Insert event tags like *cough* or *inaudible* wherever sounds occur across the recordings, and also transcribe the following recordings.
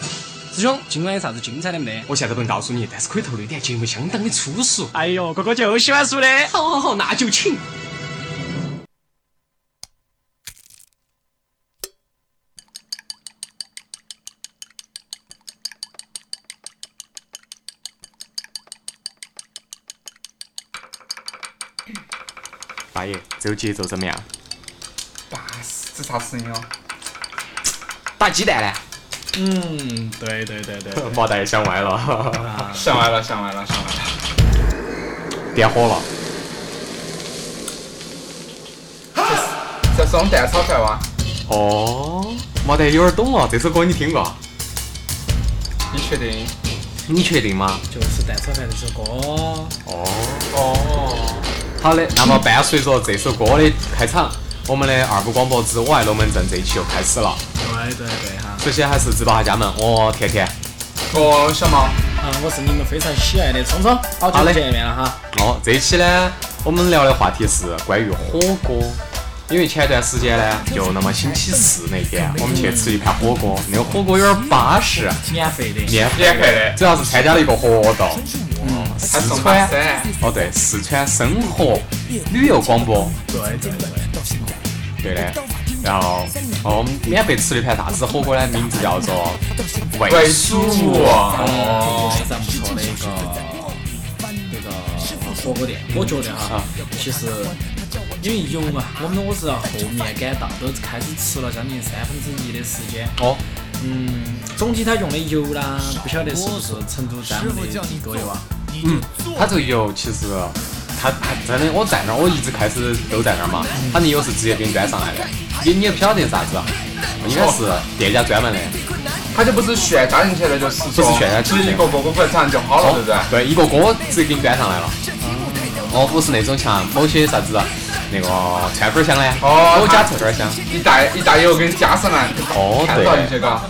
师兄，今晚有啥子精彩的没得？我现在不能告诉你，但是可以透露一点，节目相当的粗俗。哎呦，哥哥就喜欢说的。好好好，那就请。大爷，这个节奏怎么样？巴适，这啥声音哦？打鸡蛋呢？嗯，对对对对，毛大爷想歪了， *laughs* 想歪了，想歪了，想歪了。点火了。这是我们蛋炒出来哇？哦，毛大爷有点懂了，这首歌你听过？你确定？你确定吗？就是蛋炒饭这首歌。哦。哦，好的，那么伴随着这首歌的开场，我们的二部广播之我爱龙门阵这一期又开始了。对对对哈，首先还是知道下家门，我甜甜。哦，小猫，啊，我是你们非常喜爱的聪聪，好久好不嘞见面了哈。哦，这一期呢，我们聊的话题是关于火锅。因为前段时间呢，就那么星期四那天，我们去吃一盘火锅，那个火锅有点巴适，免费的，免费免费的主要是参加了一个活动。他四送川巴噻。哦对，四川生活旅游广播对对对对，的。然后，哦，我们免费吃了一盘啥子火锅呢？名字叫做啊味薯哦，非常不错的一个一个火锅店，我觉得哈啊，其实因为油嘛，我们我是后面赶到，都开始吃了将近三分之一的时间。哦，嗯，总体它用的油啦，不晓得是不是成都专门的地沟油啊？嗯，它这个油其实，它它真的，我在那儿，我一直开始都在那儿嘛，它那油是直接给你端上来的，你你也不晓得啥子，应该是店家专门的。它就不是炫加进去的，就是说，不是炫加进就去是一个锅锅粉肠就好哦了，对不对？哦对，一个锅直接给你端上来了。哦，不是那种像某些啥子那个串粉香呢，哦某家它串粉香。一袋一袋油给你加上来，哦，看对嗯到一些的。个。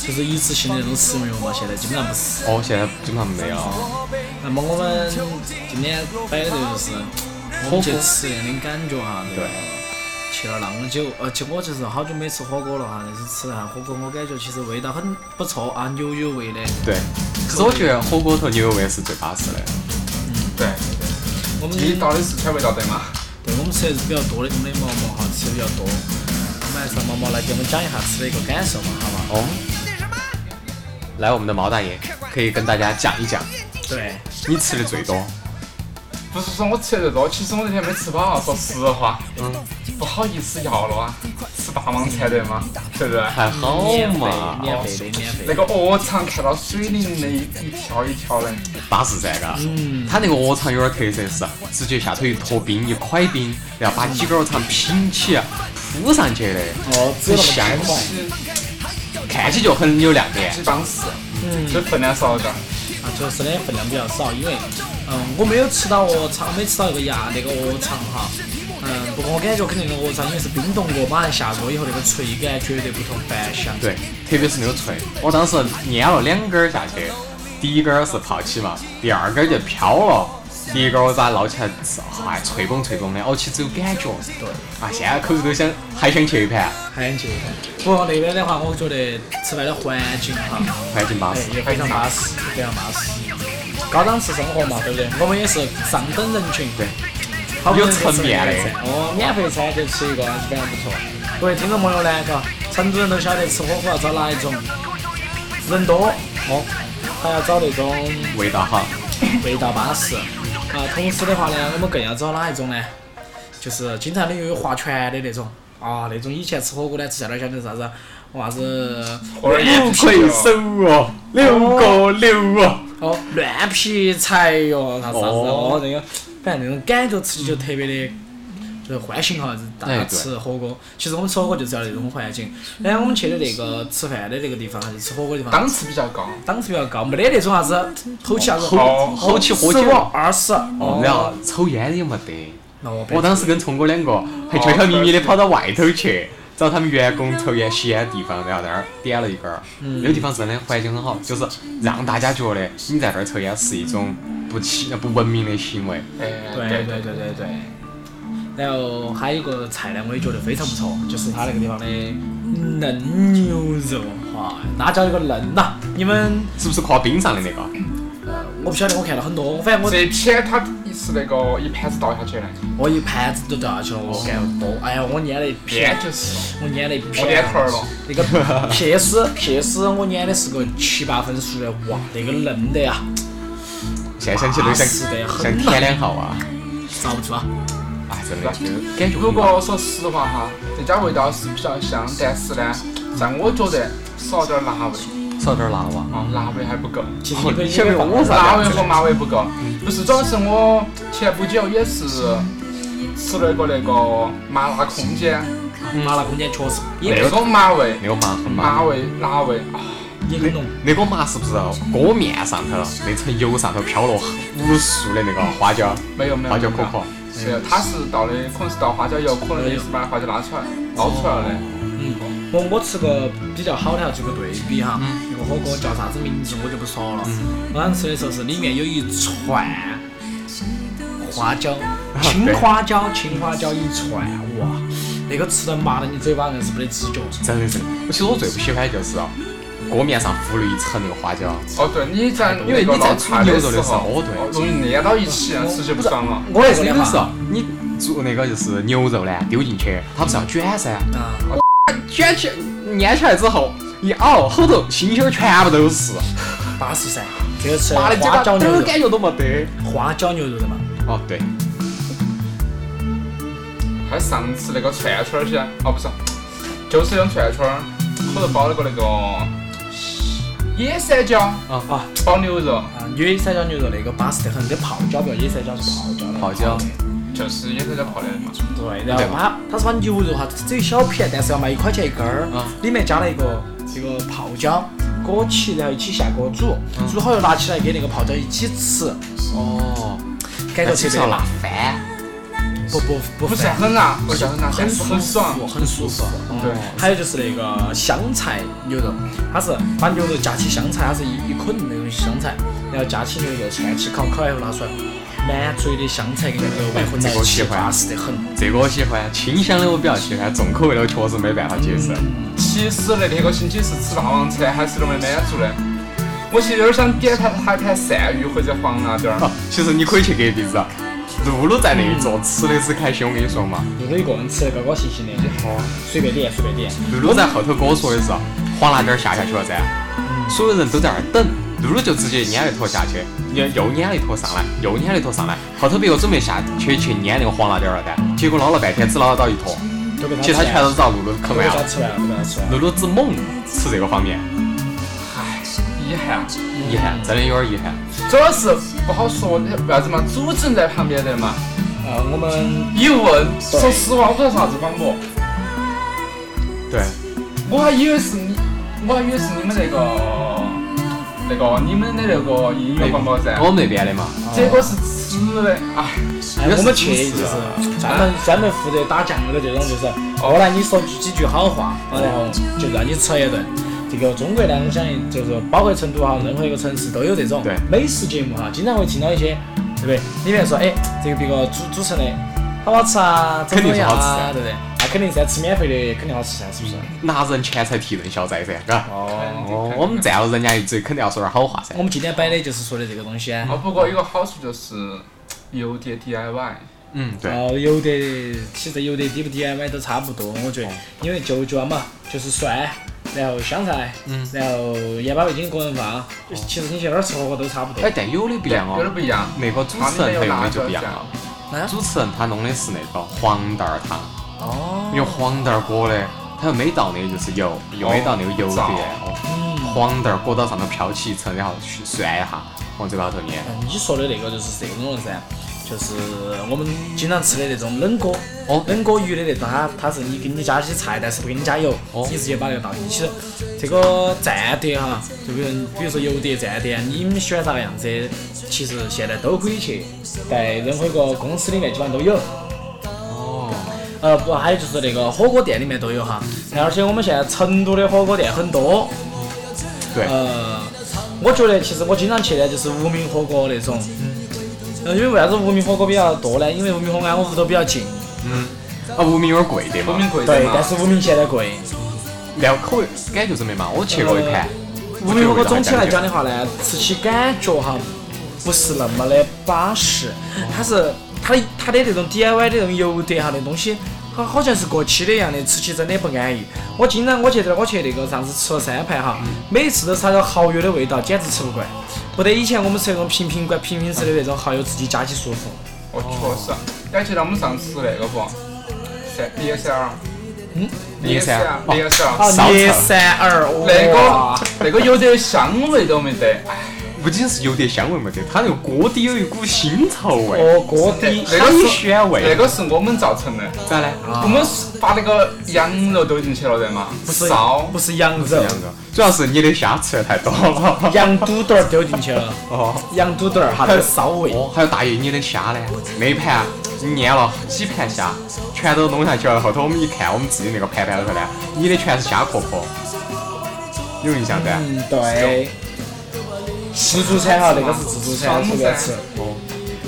就是一次性的那种食用油嘛，现在基本上不是。哦，现在基本上没有了。那么我们今天摆的就是我们去吃那的感觉哈，这个对去了那么久，而且我就是好久没吃火锅了哈，那次吃了哈火锅，我感觉其实味道很不错啊，牛油味的。对，可是我觉得火锅头牛肉味是最巴适的。对，我们你到底是川味道对嘛？对我们吃的是比较多的，我们的毛毛哈吃的比较多。我们还是让毛毛来给我们讲一下吃的一个感受嘛，好吧？哦，来，我们的毛大爷可以跟大家讲一讲，对，你吃的最多。不是说我吃的多，其实我那天没吃饱，说实话，嗯不好意思要了啊，吃大碗才对嘛，对不对？还好免费哦嘛，免费的，免费的。那个鹅肠看到水灵的一条一条的，巴适噻，嘎。嗯，他那个鹅肠有点特色是，啊直接下头一坨冰，一块冰，然后把几根鹅肠拼起铺上去的，哦，只有很那香么几块是看起就很有亮点几。档次，嗯这分量少了点。啊，就是的分量比较少，因为嗯，我没有吃到鹅肠，我没吃到那个鸭那个鹅肠哈。嗯，不过我感觉肯定那个鹅肠因为是冰冻过，马上下锅以后那个脆感绝对不同凡响。对，特别是那个脆，我当时捏了两根儿下去，第一根儿是泡起嘛，第二根儿就飘了，第一根儿我把它捞起来吃，哎，脆崩脆崩的，哦，其实有感觉。对，啊，现在口子都想还想啊去一盘，还很健康。不过那边的话，我觉得吃饭的环境哈，环境巴哎适。也非常巴适，非常巴适。高档次生活嘛，对不对？我们也是上等人群。对。好不容易有层面的吃了一个菜哦，免费餐就吃一个，非常不错。各位听众朋友呢，嘎，成都人都晓得吃火锅要找哪一种，人多哦，还要找那种味道好，味道巴适。啊，同时的话呢，我们更要找哪一种呢？就是经常的又有划拳的那种。啊，那种以前吃火锅呢，吃下来晓得啥子？啥子我不愧手哦，六个六哎哦。哦，乱劈柴哟，啥子啥子哦哦，那个，反正那种感觉吃起就特别的，就是欢欣哈，大哎家对吃火锅。其实我们吃火锅就是要那种环境。然后我们去的那个吃饭的那个地方，还是吃火锅的地方，档次比较高，档次比较高，没得那种啥子吼起啥子吼吼起喝十酒五二十，哦哦，，然后抽烟也没得。那我我当时跟聪哥两哦个还悄悄咪咪的跑到外头去，找他们员工抽烟吸烟的地方，然后在那儿点了一根儿。嗯那个地方真的环境很好，就是让大家觉得你在这儿抽烟是一种不起不文明的行为。哎，对对对对对对。然后还有一个菜呢，我也觉得非常不错，就是它那个地方的嫩牛肉，哇，那叫一个嫩呐！你们是不是靠冰上的那个？呃，我不晓得，我看了很多，反正我这一片它一是那个一盘子倒下去的，我一盘子都掉下去了，我感觉多，哎呀，我粘了一片边，就是我粘了一我片，脸头儿了。那个 PS PS 我粘的是个七八分熟的，哇，那个嫩的呀，现在想起都想是的想很舔两下哇！遭不住啊！啊，真的就感觉如果说实话哈，这家味道是比较香，但是呢，在我觉得少点儿辣味少点辣哇！啊，辣味还不够。其实你可以想问我辣啥味子？和麻味不够，不是，主要是我前不久也是吃了一个那个麻辣空间，麻辣空间确实也那个麻味，那个麻很麻麻，味辣味啊，也很浓，那个麻是不是哦锅面上头那层油上头飘了无数的那个花椒？没有没有花椒没可有可，没有，它是倒的，可能是倒花椒油，可能也是把花椒拉出来捞出来的。哦嗯，我我吃个比较好的要做个对比嗯哈，那个火锅叫啥子名字我就不说了，我当时吃的时候是里面有一串花椒，啊青花椒，青花椒一串，哇，那个吃到麻的你嘴巴硬是没得知觉，真的真的。我其实我最不喜欢的就是哦锅面上敷了一层那个花椒，哦，对，你在因为那哎个你在捞煮菜牛的肉的时时候候对嗯哦容易粘到一起，啊吃起不爽了。我也是真的的是哦哈，你煮那个就是牛肉呢，丢进去它不是要卷噻？啊，卷起粘起来之后一熬，后头腥腥儿全部都是，巴适噻，这个吃麻的嘴花巴椒都牛肉，感觉都没得。花椒牛肉的嘛，哦，对，还上次那个串串儿些，哦不是，就是用串串儿，后头包了个那个野山椒啊包牛肉，啊，野山椒牛肉那个巴适得很，这泡椒不要野山椒是泡椒的，泡椒就是野山椒泡的嘛。对，然后它它是把牛肉哈，只有一小片，但是要卖一块钱一根儿啊，里面加了一个这个泡椒，裹起然后一起下锅煮，煮好又拿起来跟那个泡椒一起吃，哦，感觉特别辣，翻。不不不不是烦很啊辣，不是很辣，很但是很爽。服，很舒服。对，还有就是那个香菜牛肉，它是把牛肉夹起香菜，它是一一捆那种香菜，然后夹起牛肉串起烤，烤完后拿出来，满嘴的香菜跟牛肉味混在这一起，个我喜欢巴适得很。这个我喜欢，清香的我比较喜欢，重口味的我确实没办法接受。 *laughs* 其实那天个星期是吃霸王餐，还是那么的满足的。我其实有点想点它它一盘鳝鱼或者黄辣椒儿。哦，其实你可以去隔壁子，啊露露在那一桌吃的是开心，我跟你说嘛。如果一个人吃得高高兴兴的，随便点随便点。露露在后头跟我说的啊是，黄辣椒下下去了噻，所有人都在那儿等，露露就直接撵了一坨下去，又又撵了一坨上来，又撵了一坨上来，后头别个准备下去去撵那个黄辣椒了噻，结果捞了半天只捞得到一坨，都被他其他全都都是遭露露都啃被完他了。吃完了，都被他吃完了。露露之猛吃这个方面，唉，遗憾，遗憾，真的有点遗憾。主要是不好说，为啥子嘛？主持人在旁边的嘛，呃，我们一问，对说实话，我不知道啥子帮我，对，我还以为是你，我还以为是你们那个那个你们的那个音乐广播站，我们那边的嘛，结果是吃的，唉。哎有我们是哦去不就是是专门专门负责打酱油的这种，就是过来你说几几句好话，然后就让你吃一顿。这个中国呢，我相信就是包括成都哈，任何一个城市都有这种对美食节目哈，经常会听到一些，对不对？里面说，哎，这个别个主主持人的好不好吃啊？怎肯定么是样好吃啊？噻对不对？那肯定噻，吃免费的肯定好吃噻，是不是？拿人钱财替人消灾噻，嘎。哦，哦，我们占了人家一嘴，肯定要说点好话噻我。们今天摆的就是说的这个东西啊。哦，不过有个好处就是有点 DIY，嗯，对，哦，有的，其实有的 D 不 DIY 都差不多，我觉得，哦因为就觉嘛，就是蒜，然后香菜，嗯哦然后盐巴味精个人放，其实你去哪儿吃火锅都差不多哎，。但有的不一样有点哦不，一样。那个主它持里人面他有用辣的椒就不一样酱了。主持人他弄的是那个黄蛋儿汤，哦，用黄蛋儿裹的，他又没到那个就是油，又没到那个油糟碟，哦嗯，黄蛋儿裹到上头飘起一层，然后去涮一下，往嘴巴头捏。你说的那个就是这种了噻，就是我们经常吃的那种冷锅，哦冷锅鱼的那种，它它是你给你加些菜，但是不给你加油，哦你直接把那个倒进去。这个蘸碟哈，就比如比如说油碟、蘸碟，啊你们喜欢啥个样子的，其实现在都可以去，在任何一个公司里面基本上都有。哦，呃，不，还有就是那个火锅店里面都有哈，而且我们现在成都的火锅店很多，对，呃，我觉得其实我经常去的就是无名火锅那种，呃，因为为啥子无名火锅比较多呢？因为无名火锅挨我屋头比较近，嗯，啊，无名有点贵的无嘛名，贵的对，嘛但，是无名现在贵，料口感觉怎么样嘛？我去过一盘，呃无名火锅总体来讲的话呢，吃起感觉哈不是那么的巴适，它是它的它的那种 DIY 的那种油德哈那东西，好好像是过期的一样的，吃起真的不安逸。我经常我记得我去那个上次吃了三盘哈，每一次都是那种蚝油的味道，简直吃不惯。不得以前我们吃那种平平罐平平式的那种蚝油，自己加起舒服。我哦确实，你还记得我们上次那个不？三 DSL。嗯。 DSL 哦 DSL。好，烧一菜三二，那哇个那个有点香味都没得，哎，哦不仅是有点香味没得，它那个锅底有一股腥臭味，哦，锅底哎那个香是暄那味。个是我们造成的。咋嘞？啊我们是把那个羊肉丢进去了的嘛，不是烧，不是羊这肉样，子，主要是你的虾吃的太多 *laughs* 了。羊肚肚儿丢进去了，哦。羊肚肚儿哈，骚味。哦，还有大爷，你的虾呢？那一盘啊你腌了几盘虾，全都弄下去了。后头我们一看，我们自己那个盘盘里头呢，你的全是虾壳壳，有印象噻？嗯，对。自助餐哈，那个是自助餐，随便吃。哦，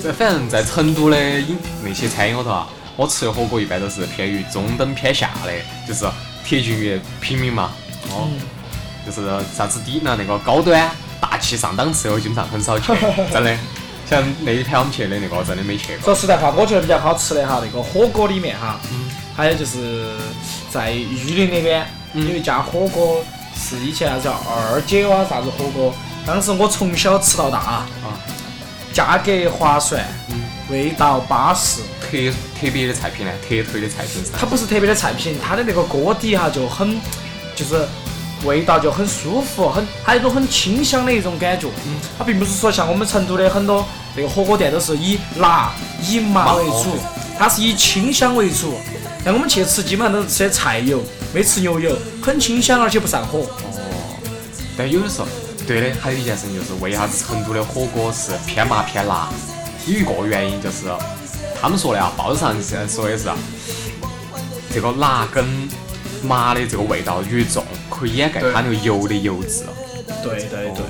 这反正在成都的饮那些餐饮里头啊，我吃的火锅一般都是偏于中等偏下的，就是贴近于平民嘛。哦，就是呃啥子低呢？那个高端大气上档次，我基本上很少去，真的。像那一盘我们去的那个，真的没去过。说实在话，我觉得比较好吃的哈，那个火锅里面哈，还有就是在榆林那边有一家火锅，是以前叫二姐哇啥子火锅，当时我从小吃到大，啊，价格划算，味道巴适。特特别的菜品呢，特推的菜品是啥它不是特别的菜品，它的那个锅底哈就很，就是味道就很舒服，很还有一种很清香的一种感觉。它并不是说像我们成都的很多那个火锅店都是以辣以麻为麻主，它是以清香为主。像我们去吃，基本上都是吃的菜油，没吃牛油，很清香而且不上火。哦，但有的时候，对的，还有一件事情就是，为啥子成都的火锅是偏麻偏辣？有一个原因就是，他们说的啊，报纸上是说的是，这个辣跟麻的这个味道越重，可以掩盖它那个油的油脂。对对对。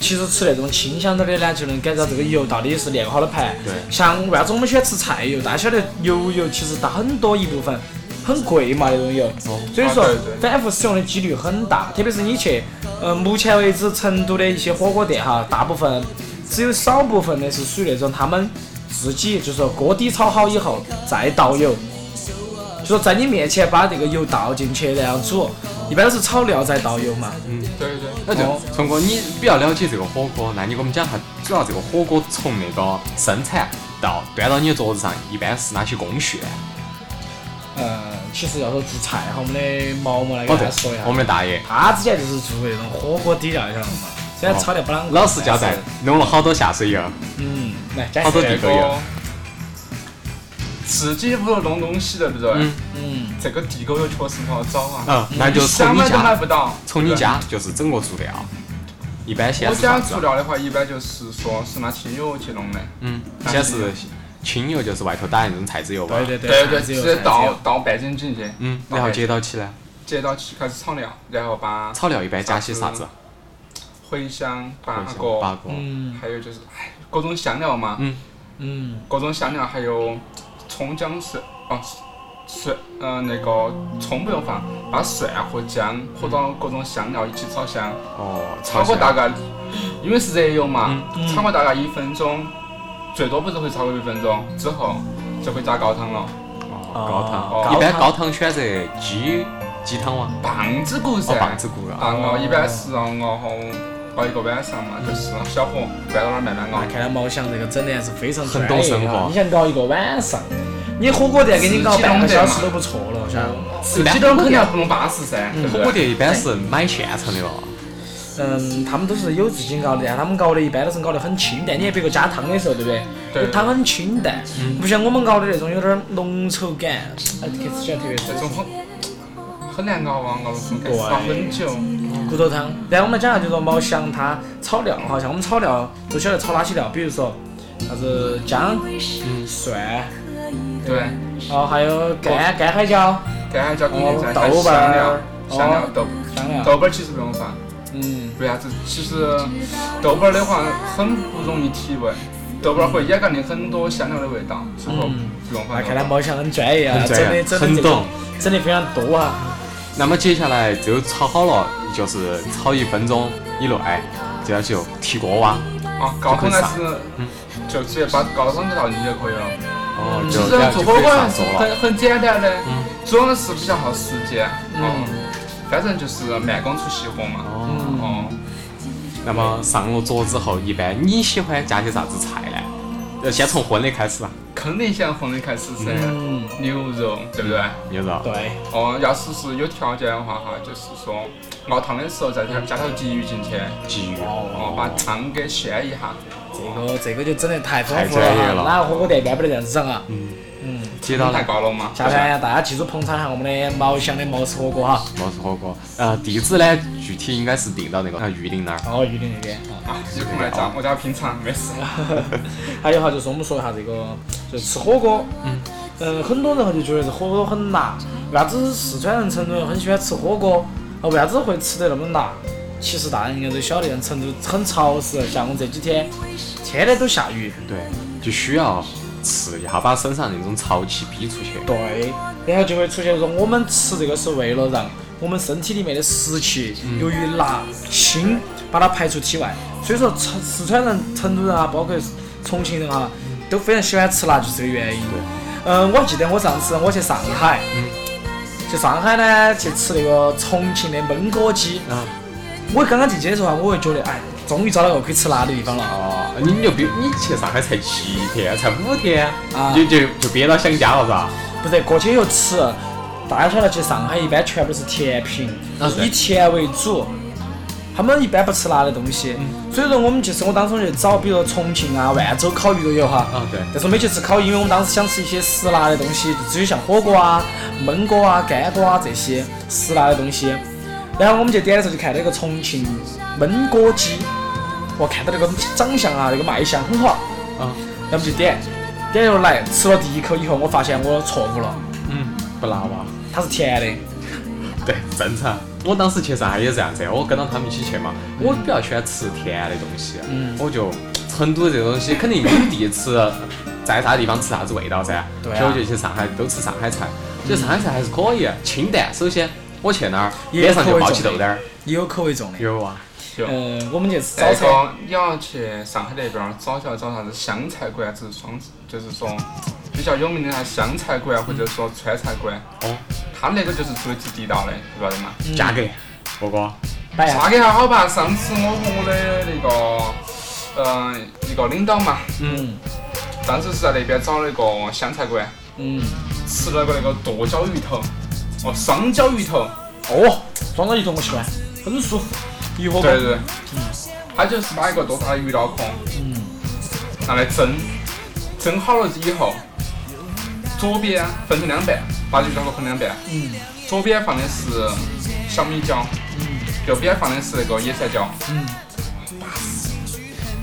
其实吃那种清香点儿的呢，就能感觉到这个油到底是练好的盘。对像为啥子我们喜欢吃菜油？大家晓得牛油其实它很多一部分很贵嘛，那种油。哦所以啊说对对反复使用的几率很大，特别是你去，呃，目前为止成都的一些火锅店哈，大部分只有少部分的是属于那种他们自己就是说锅底炒好以后再倒油，就说在你面前把这个油倒进去然后煮，一般都是炒料再倒油嘛。对对，那就哦聪哥，你比较了解这个火锅，那你给我们讲下，主要这个火锅从那个生产到端到你的桌子上，一般是哪些工序呢？嗯，其实要说做菜哈，我们的毛毛来给哦，大家说一对下，，我们的大爷。他之前就是做那种火锅底料，晓得嘛？虽然炒得不啷个，老实交但代是，弄了好多下水油，嗯，来加好多那地沟个油自己屋头弄东西哦的，对不对嗯？嗯，这个地沟油确实不好找啊，嗯，那就想从你买都买家，不到。从你对家就是整个做料，一般先我是啥家子涂啊？料的话，一般就是说是拿清油去弄的，嗯，当先时是清油，就是外头打那种菜籽油吧。对对对，对对对，直接倒倒半斤进去，嗯，然后接到起呢，接到起开始炒料，然后把炒料一般加些啥子？啊茴香、八茴香、八角，角、嗯还有就是哎各种香料嘛，嗯，各种香料，还有葱姜蒜啊，蒜呃那个葱不用放，把蒜和姜和到各种香料一起炒香，哦，炒起个来大概，因为是热油嘛嗯，炒个大概一分钟，最多不是会超过一分钟，之后就会加高汤了，哦哦高汤，一般高汤高汤选择鸡鸡汤哇，棒子骨哦噻，棒子骨啊，啊熬一般是熬熬熬一个晚上嘛，就是小火关到那儿慢慢熬哎那。看来毛翔这个整的还是非常很专业懂生啊活你想搞一个晚上，你火锅店给你搞半个小时都不错了，晓得吗？自己都肯定要不弄巴适噻，对不火锅对？店一般是买现成的哦。嗯，他们都是有自己熬的，但他们熬的一般都是熬得很清淡。你看别个加汤的时候，对不对？对汤很清淡，不像我们熬的那种有点儿浓稠感，哎，开始觉得特别这舒种服。很很难熬啊，熬什么干？熬很久。骨头汤。然后我们讲下就是说毛翔他炒料哈，像我们炒料都晓得炒哪些料，比如说啥子姜、嗯蒜，对，然后还有干干海椒、干海椒、工业蘸哦豆瓣香料儿、香料豆哦香料，豆瓣儿其实不用放，嗯，为啥子？其实豆瓣儿的话很不容易提味，豆瓣儿会掩盖你很多香料的味道，之后嗯不用那放哎看豆瓣来儿。毛翔很专业啊，很真专的业真的很这个懂整的非常多啊。那么接下来只有炒好了，就是炒一分钟以内，就要去提锅蛙，啊，高汤但是嗯就直接把高汤给倒进去就可以了。哦，其就实这样做就火可以锅上很桌了。哦很很简单的嗯，主要是比较耗时间。嗯嗯，反正就是慢工出细活嘛。哦，嗯哦，那么上了桌之后，一般你喜欢加些啥子菜呢？呃，先从荤的开始啊，肯定先从你开始噻，嗯，牛肉对不对？牛肉。对，哦，要是是有条件的话哈，就是说熬汤的时候再加加头鲫鱼进去，鲫鱼，哦，把汤给鲜一下。这个哎这个就整得太丰富太专业了了嗯哈，哪个火锅店一般不得这样子整啊？接到太了高了嘛。下盘大家记住捧场一下我们的毛翔的毛氏火锅哈，毛氏火锅，呃，地址呢，具体应该是定到那个呃榆林那儿。哦，玉林那边啊。啊，有空来找我家品尝，没事。哎还有哈，就是我们说一下这个，就吃火锅，嗯，很多人哈就觉得这火锅很辣，为啥子四川人、成都人很喜欢吃火锅？啊，为啥子会吃得那么辣？其实大家应该都晓得，像成都很潮湿，像我这几天天天都下雨，对，就需要吃一下，把身上那种潮气逼出去。对，然后就会出现说我们吃这个是为了让我们身体里面的湿气，由于辣辛把它排出体外，所以说成四川人、成都人啊，包括重庆人啊，都非常喜欢吃辣，就是这个原因。嗯，我记得我上次我去上海，去上海呢去吃那个重庆的焖锅鸡，啊，我刚刚进去的时候啊，我会觉得哎，终于找到个可以吃辣的地方了啊。哦，你牛逼，你去上海才七天，才五天，啊你就就就憋到想家了噻。不是过去以后吃，大家晓得去上海一般全部都是甜品，啊对以甜为主。他们一般不吃辣的东嗯西，所以说我们就是我当时去找，比如说重庆啊、万州烤鱼都有哈。啊，对，但是我没去吃烤，因为我们当时想吃一些食辣的东西，就只有像火锅啊、焖锅啊、干锅啊这些食辣的东西。然后我们去点的时候就看到一个重庆焖锅鸡，我看到那个长相啊，那个卖相很好，啊，那么就点，点了来吃了第一口以后，我发现我错误了。嗯，不辣哇。它是甜的， *laughs* 对，正常。我当时去上海也是这样子，我跟到他们一起去嘛。我比较喜欢吃甜的东西，啊嗯我就成都这个东西肯定本地吃，在啥地方吃啥子味道噻。对啊嗯所以我就去上海都吃上海菜，其实上海菜还是可以，清淡。首先我去那儿，也有脸上就冒起痘痘儿，也有口味重的。有啊，有嗯、我们去吃早再餐，说你要去上海那边儿找一下找啥子湘菜馆，就是双，就是说比较有名的啥湘菜馆，或者说川菜馆，哦，他那个就是做的最地道的，晓得嘛？价格，哥哥，嗯摆价哎呀，格还好吧？上次我和我的那个，嗯、一个领导嘛，嗯当时是在那边找那个湘菜馆，嗯，吃了个那个剁椒鱼头，哦，双椒鱼头，哦，双椒鱼头我喜欢，很舒服，一火锅对，对对，他就是把一个多大的鱼脑壳嗯，啊拿来蒸，蒸好了以后，左边分成两半，把鱼脑壳分两半，嗯左边放的是小米椒，右边放的是那个野山椒，嗯，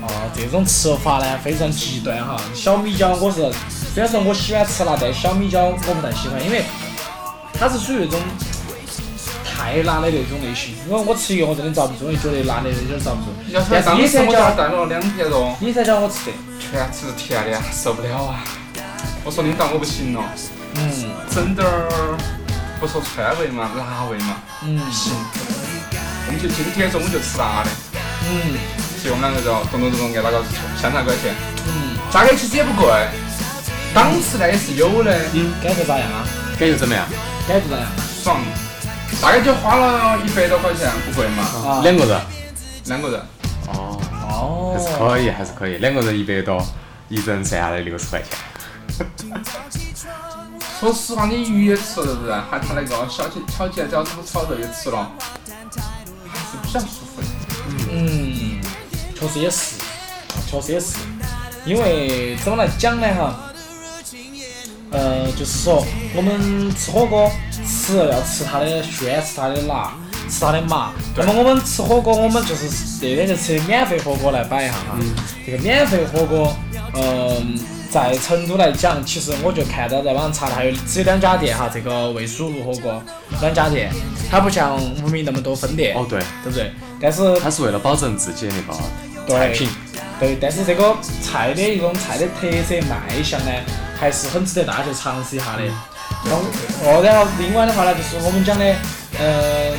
哦，这种吃法呢非常极端哈。小米椒我是，虽然说我喜欢吃辣，但小米椒我不太喜欢，因为它是属于那种太辣的那种类型。因为我吃一个我真的遭不住，我就觉得辣的有点遭不住要。说但是当野时山我椒，家带了两片肉，野山椒我吃的，全吃甜的呀，受不了啊！我说领导我不行了，嗯整点儿不说川味嘛，辣味嘛，嗯行，我们就今天中午就吃辣的。嗯所以我们两个就咚咚咚咚给那个湘菜馆去，嗯，价格其实也不贵，档次呢也是有的，感觉咋样啊？感觉怎么样？感觉咋样？爽，大概就花了一百多块钱，不贵嘛，啊两个人，两个人。哦，还是哦，可以，还是可以，两个人一百多，一人三下来六十块钱。说实话，你鱼也吃了，对不对？还他那个小鸡小鸡椒炒炒肉也吃了，还是比较舒服的。嗯，确实也是，啊确实也是，因为怎么来讲呢哈？呃，就是说我们吃火锅，吃要吃它的鲜，吃它的辣，吃它的麻。那么我们吃火锅，我们就是这边就吃免费火锅来摆一下哈。这个免费火锅，嗯、在成都来讲，其实我就看到在网上查的，还有只有两家店哈，这个味舒路火锅两家店，它不像无名那么多分店。哦，对，对不对？但是他是为了保证自己的那个菜对品。对，但是这个菜的一种菜的特色卖相呢，嗯还是很值得大家去尝试一下的。然后哦，然后另外的话呢，就是我们讲的嗯，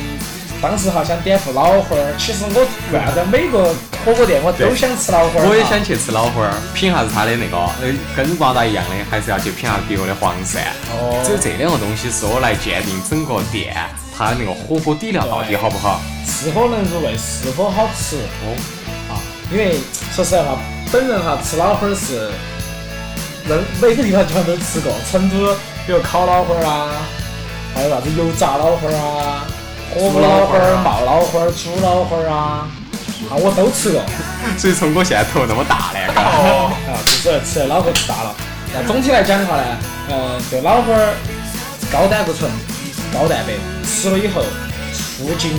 当时哈想点副脑花儿，其实我惯在每个火锅店我都想吃脑花儿哈。啊我也想去吃脑花儿，品下子它的那个，呃跟瓜达一样的，还是要去品下别个的黄鳝。哦只有这两个东西是我来鉴定整个店它那个火锅底料到底好不好。是否能入味，是否好吃哦，啊？因为说实在话，本人哈吃脑花儿是，任每个地方地方都吃过，成都比如烤脑花儿啊，还有啥子油炸脑花儿啊，火锅脑花猪脑花儿儿、啊冒脑花儿、猪脑花儿啊，啊我都吃过。所以从我现在头那么大呢，嘎 *laughs* 哦，啊，就是吃的脑壳就大了。那总体来讲的话呢，嗯，对脑花儿高胆固醇、高蛋白，吃了以后促进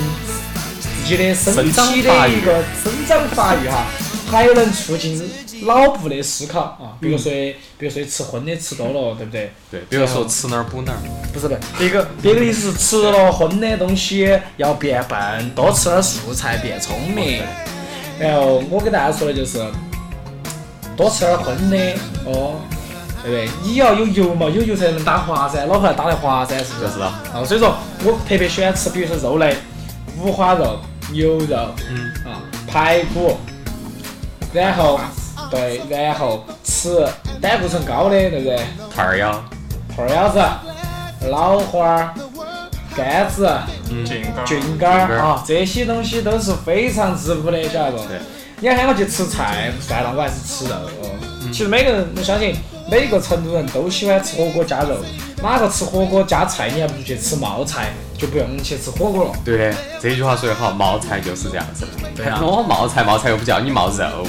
自己的身体的一个生长发育哈，还有能促进脑部的思考啊。比如说，比如说吃荤的吃多了，对不对？对，比如说吃哪儿补哪儿，不是的，别个别个意思是吃了荤的东西要变笨，多吃点素菜变聪明。哦然后我给大家说的就是，多吃点荤的哦，对不对？你要有油嘛，有油才能打滑噻，脑壳要打得滑噻，是不是？就是啊啊，所以说我特别喜欢吃，比如说肉类，五花肉、牛肉，嗯啊，排骨，然后对，然后吃胆固醇高的，对不对？兔儿腰，兔腰子、脑花儿、杆子、嗯劲嗯歌，菌干菌干儿儿啊，这些东西都是非常滋补的，晓得不？对。你要喊我去吃菜，算了，我还是吃肉。哦嗯其实每个人，我相信每个成都人都喜欢吃火锅加肉。哪个吃火锅加菜，你还不如去吃冒菜，就不用去吃火锅了。对的，这句话说得好，冒菜就是这样子的。对啊我冒菜冒菜又不叫你冒肉。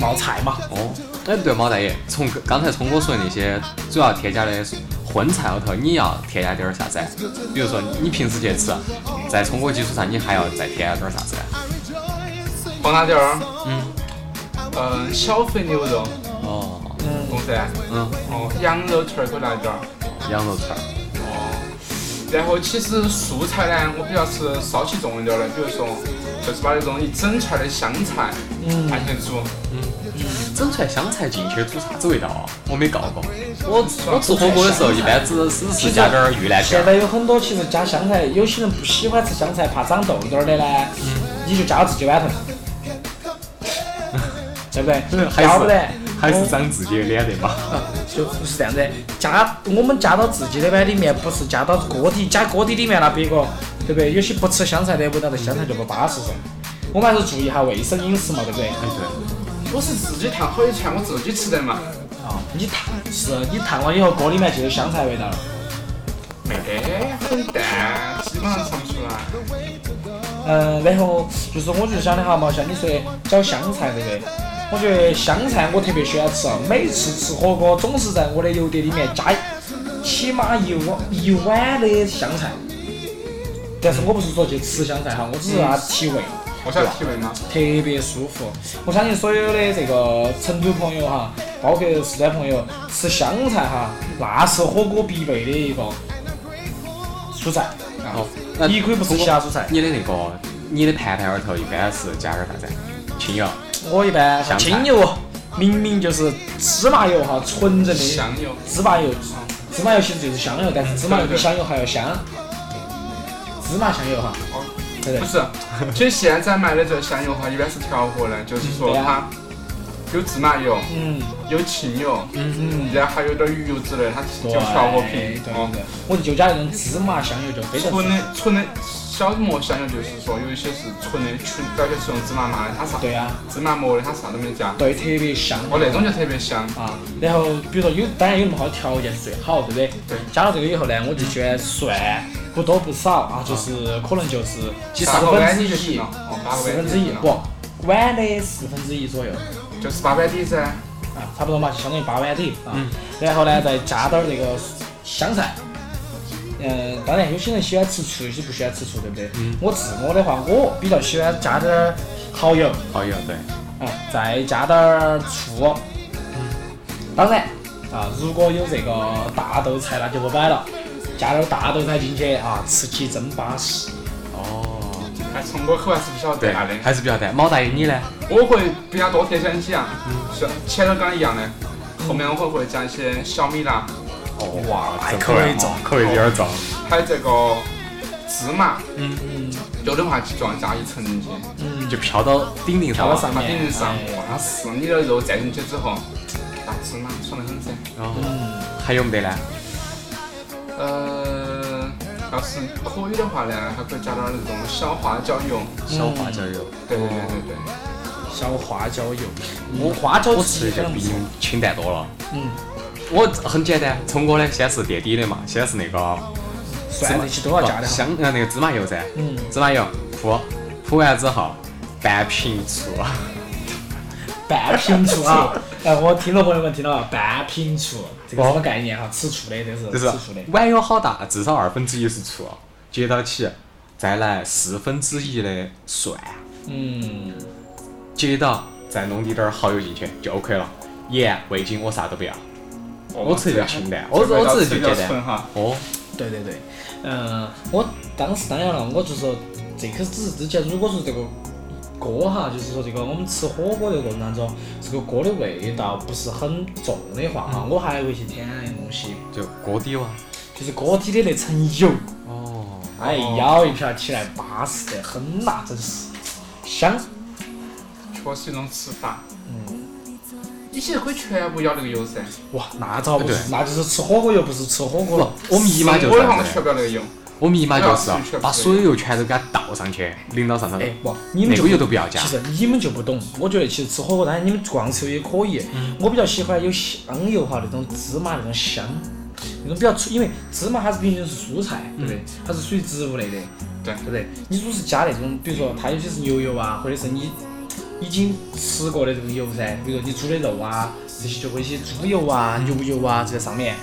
冒菜嘛，哦，哎，对，毛大爷，从刚才聪哥说的那些主要添加的荤菜后头，你要添加点儿啥子？比如说你平时去吃，在聪哥基础上，你还要再添加点儿啥子？放哪点儿？嗯，嗯，小肥牛肉，哦，嗯，懂噻？嗯，哦，羊肉串儿可以来点儿。羊肉串儿，然后其实素菜呢，我比较吃骚气重一点的，比如说就是把那种一整串的香菜嗯按去煮，整串香菜进去煮啥子味道啊？我没搞过。我我吃火锅的时候，一般只只是加点儿玉兰片现儿。在有很多其实加香菜，有些人不喜欢吃香菜，怕长痘痘儿的呢，你就加到自己碗 *laughs* 头，对不对？还要不是然还是我长自己的脸的嘛？ *laughs* 就是这样子，加我们加到自己的碗里面，不是加到锅底，加锅底里面那别个，对不对？有些不吃香菜的，味道的香菜就不巴适噻。我们还是注意一下卫生饮食嘛，对不对？哎对，我是自己烫好一串，我自己吃的嘛，啊、你烫是你烫了以后，锅里面就有香菜味道了。没得很淡，基本上尝不出来。嗯，然后就是我就想的哈嘛，像你说的搅香菜对不对？我觉得香菜我特别喜欢吃啊，每次吃火锅总是在我的油碟里面加起码一碗一碗的香菜。但是我不是说去吃香菜哈，我只是让它提味，我想提问吗？特别舒服。我相信所有的这个成都朋友哈，包括四川朋友，吃香菜哈，那是火锅必备的一个蔬菜啊。哦，那你可以不吃通过其他蔬菜，你的那个你的盘盘儿头一般是加点儿啥子？青油。我一般香菜清油，明明就是芝麻油哈，纯正的香嗯油，哦芝麻油。芝麻油其实就是香油，但是芝麻油比香油还要香。芝麻香油哈，哦对不不对？是，其实现在卖的这香油哈，一般是调和的，就是嗯说对它啊有芝麻油、嗯有芹油，嗯，然后还有点鱼油之类，它对就调和对平对哦。对，我就加那种芝麻香油就非常纯的纯的小磨香油就是说有一些是纯的，纯表就是用芝麻麻的，它啥对啊，芝麻磨的，它啥都没加，对，特别香。哦那种就特别香。啊，然后比如说有，当然有那么好的条件是最好，对不对？对加了这个以后呢，我就喜欢蒜，不多不少啊，就是可能就是其十实八个分碗之底就一行了，，哦，八个十碗分底之一就行了，不，碗的四分之一左右。就是八碗底噻。啊，差不多嘛，就相当于八碗底啊。然后呢，再加点儿这个香菜。嗯，当然有些人喜欢吃醋，有些不喜欢吃醋，对不对？嗯我自我的话，我比较喜欢加点儿蚝油，蚝油对。啊，再加点儿醋。当然啊，如果有这个大豆菜，那就不摆了，加点儿大豆菜进去啊，吃起真巴适。哦，哎，从我口还是比较对淡的，，还是比较淡。毛大爷你呢？我会比较多添加一些啊，嗯像前头跟他一样的，后面我会会加一些小米辣，哦哇哎还可以重可以有点重。还有这个孜芝麻，嗯嗯有的话就要加一层进去，嗯，就飘到顶顶上飘了到。上它面顶成上，哎哇是你的肉蘸进去之后，大芝麻爽得很噻。然后嗯还有没得呢？呃，要是可以的话呢，还可以加点儿那种小花椒油。小花椒油。对对对对对。小花椒油，我嗯花椒我鸡吃一下，非常不比错你清淡多了。嗯，我很简单，从我呢，先是垫底的嘛，先是那个蒜这些都要加的不哈。香呃那个芝麻油噻，嗯，芝麻油铺铺完之后，半瓶醋， *laughs* 半瓶醋啊！哎，我听到朋友们听到了半瓶醋，这个哦什么概念哈？吃醋的这哦是，就是吃醋的。碗有好大，至少二分之一是醋，接到起，再来四分之一的蒜，嗯，接到再弄滴点儿蚝油进去就 OK 了，盐、味精我啥都不要，我吃的比啊较清淡，我这味道我吃吃的比就较简纯单。哈。哦，对对对，嗯、我当时当然了，我就说这个只是之前如果说这个锅哈，就是说这个我们吃火锅这个过程当中，这个锅的味道不是很重的话哈，我还会去添一样东西，就锅底哇。就是锅底的那层油，哦，哎，舀一瓢起来巴适得很呐，真是香。确实一种吃法。你现在可以全部舀那个油噻。哇，那咋不对是？那就是吃火锅又不是吃火锅了。我密码就我是的话啥我子全呢？不要那个油。我密码就是啊我要吃全部把吃所有油全都给它倒上去，淋到上头。哎，不，你们那就个油都不要加其实你们就不懂，我觉得其实吃火锅，当然你们光吃油也可以。嗯我比较喜欢有香油哈，那种芝麻那种香，那种比较粗，因为芝麻它是毕竟是蔬菜，对不嗯对？它是属于植物类的，对对不对？你如果是加那种，比如说它有些是牛油啊，或者是你已经吃过的这个油噻，比如说你煮的肉啊，这些就会一些猪油啊、牛油啊这在上面，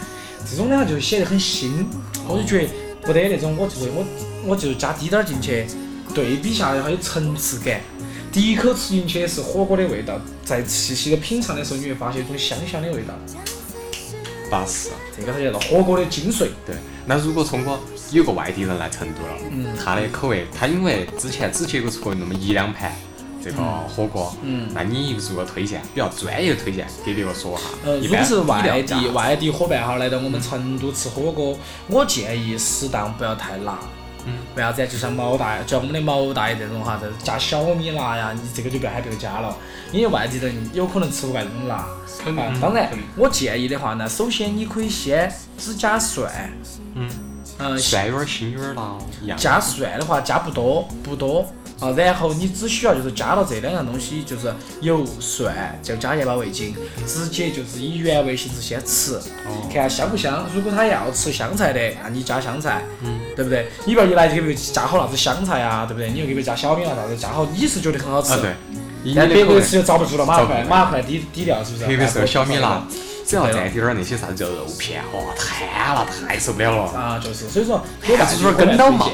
这种呢就显得很腥，我就觉得不得那种，我就会我我就加滴点儿进去，对比下来它有层次感。第一口吃进去是火锅的味道，在细细的品尝的时候，你会发现一种香香的味道，巴适。这个它叫做火锅的精髓。对，那如果通过有个外地人来成都了，嗯他的口味，他因为之前只接触过那么一两盘这个火锅，嗯那你如果推荐比较专业的推荐给别个说哈，呃，一如果般是底外料加地外地伙伴哈来到我们成都吃火锅，我建议适当不要太辣。嗯，为啥子？就像毛大爷，就像我们的毛大爷这种哈，这加小米辣呀，你这个就不要还不要加了，因为外地人有可能吃不惯这种辣。肯啊，嗯定。当然肯定，我建议的话呢，首先你可以先只加蒜，嗯，嗯，蒜有点儿腥有点儿辣哦一样，加蒜的话加不多不多啊，然后你只需要就是加到这两样东西，就是油、蒜，再加盐巴、味精，直接就是以原味形式先吃，哦看香不香。如果他要吃香菜的，那你加香菜，嗯，对不对？你不要一来就给别个加好啥子香菜啊，对不对？你又给别个加小米辣啥子，加好你是觉得很好吃，啊对，以你但的别口个味，吃就遭不住了，马遭不快住马快低低调，是不是？特别是哎个小米辣，，只要对了蘸点点儿那些啥子叫肉片，哇，太辣太受不了不了，啊，就是，所以说给外地就是跟到冒。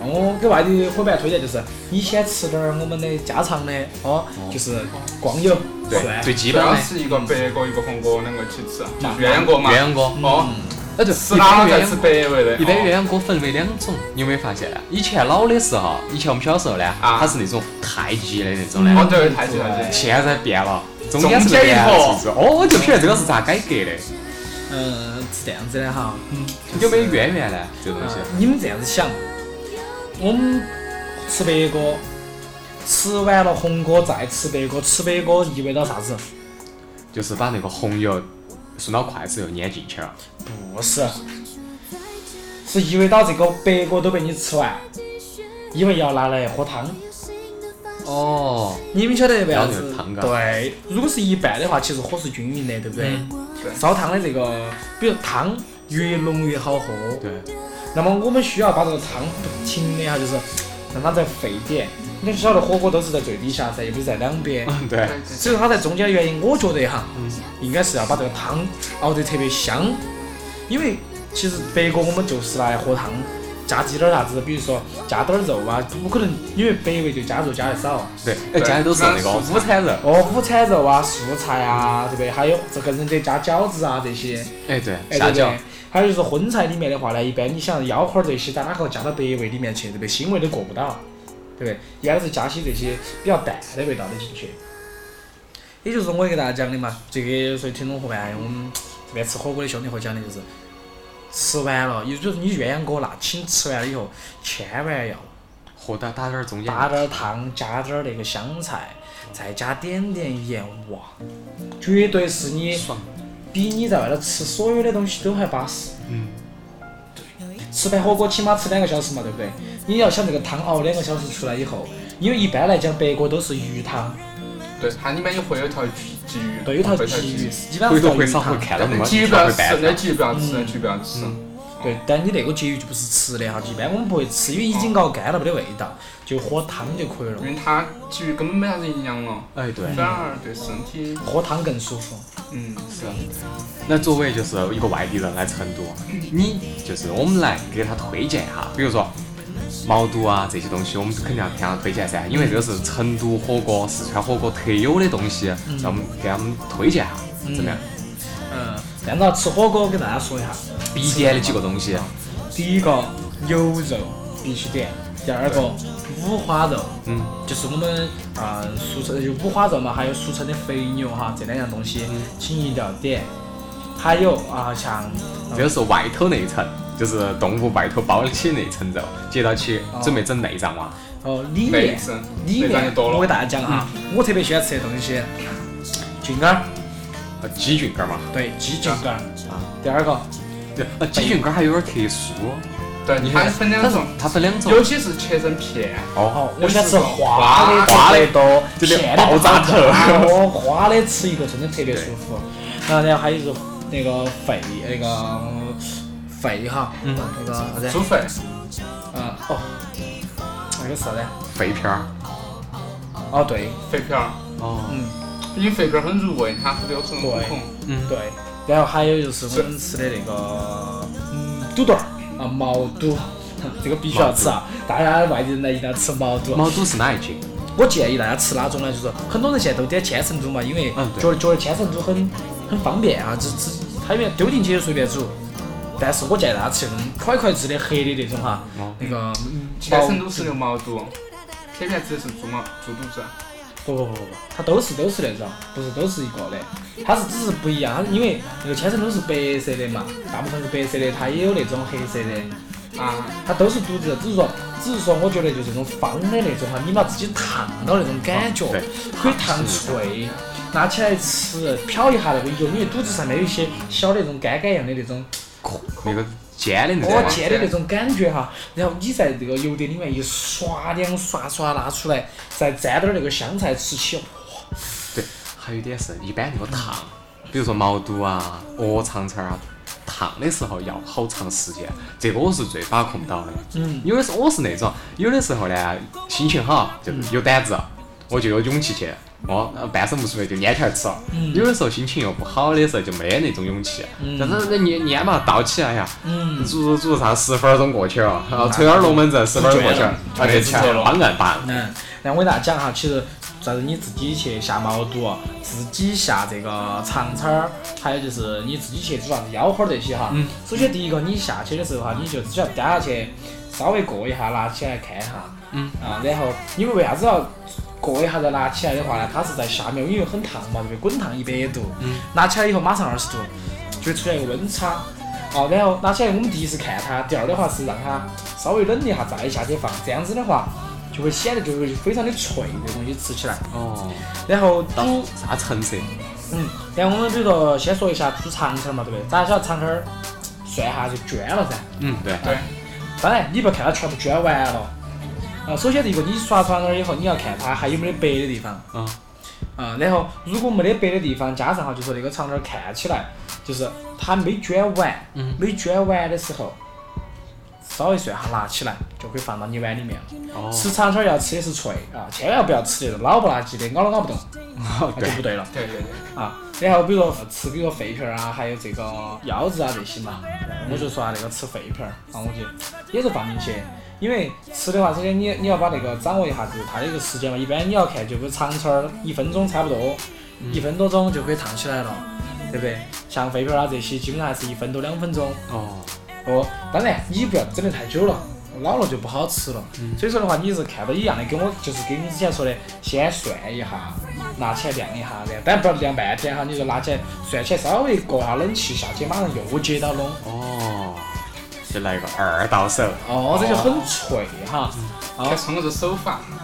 哦，给外地伙伴推荐就是，你先吃点儿我们的家常的哦，就是光油对，蒜，最基不本要的吃一个白锅一个红锅两个去吃，就那鸳鸯锅嘛鸳。鸯锅，嗯哦，那就吃一般辣了鸳再鸯吃白味的。一般哦鸳鸯锅分为两种，你有没有发现呢？以前老的时候，以前我们小时候呢，啊它是那种太极的那种呢，哦嗯对，太极太极。现在变了，嗯中间是个中间一圆坨柱子。哦，我就晓得这个是咋改革的，嗯，是这样子的哈。有没有渊源呢？嗯这东西啊你们这样子想，我们吃白锅，吃完了红锅再吃白锅，吃白锅意味着啥子？就是把那个红油顺到筷子又碾进去了。不是，是意味到这个白锅都被你吃完，因为要拿来喝汤。哦，你们晓得为啥然后子就汤？干对，如果是一半的话，其实火是均匀的，对不对？嗯对烧汤的这个，比如汤越浓越好喝。对，那么我们需要把这个汤不停的哈，就是让它在沸点。你晓得火锅都是在最底下噻，又不是在两边。嗯对，所以说它在中间的原因，我觉得哈，嗯应该是要把这个汤熬得特别香，因为其实白锅我们就是拿来喝汤，加滴点儿啥子，比如说加点儿肉啊，不可能因为白味就加肉加得少。对，哎，家里都是那个午餐肉。哦，午餐肉啊，素菜啊，对不对？还有这个仁者加饺子啊这些，哎，对，哎，虾对不饺对。？还有就是荤菜里面的话呢，一般你想腰花儿这些，在哪个加到白味里面去，对不对？腥味都过不到，对不对？一般是加些这些比较淡的味道的进去。也就是哎嗯我给大家讲的嘛，这个所以听众伙伴，我们这边吃火锅的兄弟伙讲的就是，吃完了，也就是你鸳鸯锅那，请吃完了以后千万要和到打点儿中间，打点儿汤，加点儿那个香菜，再加点点盐，哇，绝对是你爽，比你在外头吃所有的东西都还巴适。嗯，吃白火锅起码吃两个小时嘛，对不对？你要想这个汤熬两个小时出来以后，因为一般来讲白锅都是鱼汤，对，它里面也会有一条鲫鱼，对，有条会有鲫鱼，鱼。基本上回是头叫回鱼少会汤。看到那那么鲫鱼几不条要吃白，那饭，鲫鱼不要吃，那鲫鱼不要吃。嗯对，但你那个鲫鱼就不是吃的哈，一般我们不会吃，因为已经熬干了，没得味道，就喝汤就可以了因。为它鲫鱼根本没啥子营养了，哎对。反而对身体，喝汤更舒服。嗯，是啊，那作为就是一个外地人来成都，你就是我们来给他推荐一下，比如说毛肚啊这些东西，我们肯定要给他推荐噻，因为这个是成都火锅、四川火锅特有的东西，让我们给他们推荐一下，怎么样？嗯，但是啊吃火锅，我跟大家说一下，必点的几个东西，第一个牛肉必须点，第二个五花肉，嗯，就是我们啊、呃俗称就五花肉嘛，还有俗称的肥牛哈，这两样东西嗯请一定要点。还有啊，像这个是外头那一层，就是动物外头包起那一层肉，接到起准备整内脏嘛，哦里内面脏，里内脏面就，多我给了。大家讲啊，我特别喜欢吃的东西，菌干儿，呃鸡菌干儿嘛，对，鸡菌干儿。啊，第二个，对，呃鸡菌干儿还有点特殊，哦对，它分两种，它分两种，有些是切成片，哦，我喜欢吃花花的，的花的多，就那片的爆炸头 *laughs* 哦，花的吃一个真的特别舒服。然后呢，还有就是那个肺，那个肺哈，嗯那个啥子？猪肺，嗯，哦，那个是啥子？肺片儿，哦，对，肺片儿，哦，嗯，因为肺片儿很入味，它会有这种对孔，嗯。对。然后还有就是我们吃的那个嗯肚肚儿啊，毛肚。 *laughs* 这个必须要吃啊！大家外地人来一定要吃毛肚。毛肚是哪一斤？我建议大家吃哪种呢？就是很多人现在都点千层肚嘛，因为嗯对觉得觉得千层肚很很方便啊，只只它因为丢进去就随便煮。但是我建议大家吃那种块块制的黑的那种哈，哦那个嗯切成都是牛毛肚，片片指的是猪毛猪肚子。不不不不不，它都是都是那种，不是都是一个的，它是只是不一样，它因为那个千层肚是白色的嘛，大部分是白色的，它也有那种黑色的，啊，它都是肚子，只是说只是说我觉得就这种方的那种哈，你把自己烫到那种感觉。对，可以烫脆，拿起来吃，瞟一下那个油，因为肚子上面有一些小的那种干干一样的那种那个尖的那啊哦个，尖的那种感觉哈，然后你在这个油碟里面一刷两刷刷拿出来，再沾点儿那个香菜吃起，对，还有一点是，一般那个烫，比如说毛肚啊、鹅肠肠啊，烫的时候要好长时间，这个我是最把控不到的。嗯，因为是我是那种，有的时候呢，心情好就嗯是有胆子，我就有勇气去。哦，呃半身不遂就蔫起来吃哦了。嗯有的时候心情又不好的时候就没得那种勇气，啊嗯但是那蔫蔫嘛倒起来呀，嗯，煮煮煮啥十分钟过去了，然后吹点儿龙门阵十分钟过去了，就啊绝了就起来了，方案办。嗯，然后我给大家讲哈，其实啥子你自己去下毛肚，自己下这个肠肠儿，还有就是你自己去煮啥子腰花儿这些哈。嗯。首先第一个，你下去的时候哈，你就只要颠下去，稍微过一下，拿起来看一下。嗯。啊，然后因为为啥子要过一下再拿起来的话呢？它是在下面，因为很烫嘛，对不对？滚烫一百度。嗯。拿起来以后马上二十度，就会出现一个温差。哦，然后拿起来，我们第一是看它，第二的话是让它稍微冷一下再下去放，这样子的话就会显得就会非常的脆，这东西吃起来。哦，然后到煮，啥成色？嗯，然后我们比如说先说一下煮肠肠嘛，对不对？大家晓得肠肠儿涮一下就捐了噻。嗯，对，对，当然，你不要看它全部捐完了。呃，首先第一个，你刷肠肠儿以后，你要看它还有没得白的地方。嗯，啊、然后如果没得白的地方，加上哈，就说那个肠肠儿看起来就是它没卷完，嗯没卷完的时候，稍微涮一下拿起来，就可以放到你碗里面了。哦，吃肠肠儿要吃的是脆啊，千万不要吃那种老不拉几的，咬都咬不动，那啊就 *laughs* 对，不对了对对对。啊。然后比如说吃，比如说肺片儿啊，还有这个腰子啊这些嘛，我就说啊，那个吃肺片儿，啊，我就也是放进去，因为吃的话，首先你你要把那个掌握一下子它的一个时间嘛，一般你要看就比如肠肠儿一分钟差不多，一分多钟就可以烫起来了，对不对？像肺片儿啊这些，基本上还是一分多两分钟。哦，哦，当然你不要整得太久了，老了就不好吃了。嗯所以说的话，你是看到一样的，跟我就是跟你之前说的，先涮一下，拿起来晾一下，然后当然不要晾半天哈，你就拿起来涮起来，稍微过下冷气，下去马上又接到笼。哦，就来一个二到手，哦，这就很脆哈，哦看穿我这手法，嗯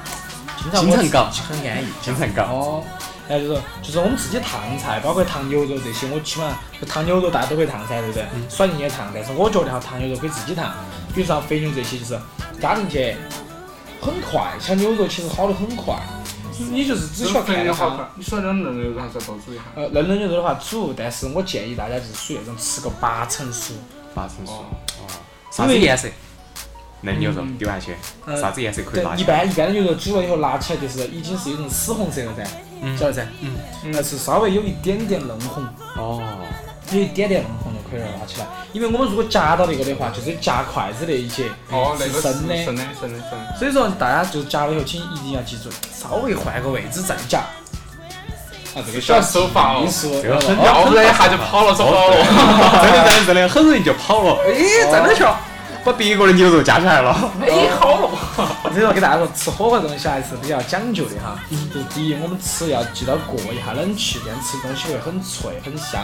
经常经常我搞很安逸。经常搞。哦，然后就是就是我们自己烫菜，包括烫牛肉这些，我起码就烫牛肉大家都会烫噻，对不对？嗯耍人也烫，但是我觉得哈，烫牛肉可以自己烫，比如说像肥牛这些，就是加进去很快，像牛肉其实好的很快，你就是只这需要看着肥牛好它看。。你说那嫩牛肉还是要多煮一下。呃，嫩嫩牛肉的话煮，但是我建议大家就是属于那种吃个八成熟，八成熟。哦哦，啥子颜色？嫩牛肉丢下去，嗯啥子颜色可以对拿，一起来？般一般的牛肉煮了以后拿起来就是已经是有一种紫红色了噻，嗯晓得噻？嗯，那是稍微有一点点嫩红，哦，有一点点嫩红就可以了拿起来。因为我们如果夹到那个的话，就是夹筷子那一节哦，那是个生是生的。的，生的，生的。所以说大家就是夹了以后，请一定要记住，稍微换个位置再夹。啊，这个小手法哦技术，这个很哦要不然一下就跑了，走哦 *laughs* 跑了。真的真的真的，很容易就跑了。哎，真的巧，把别个的牛肉夹起来了。哎，好了。所以说给大家说，吃火锅这东西还是比较讲究的哈。就是第一，我们吃要记到过一下冷气，这样吃东西会很脆很香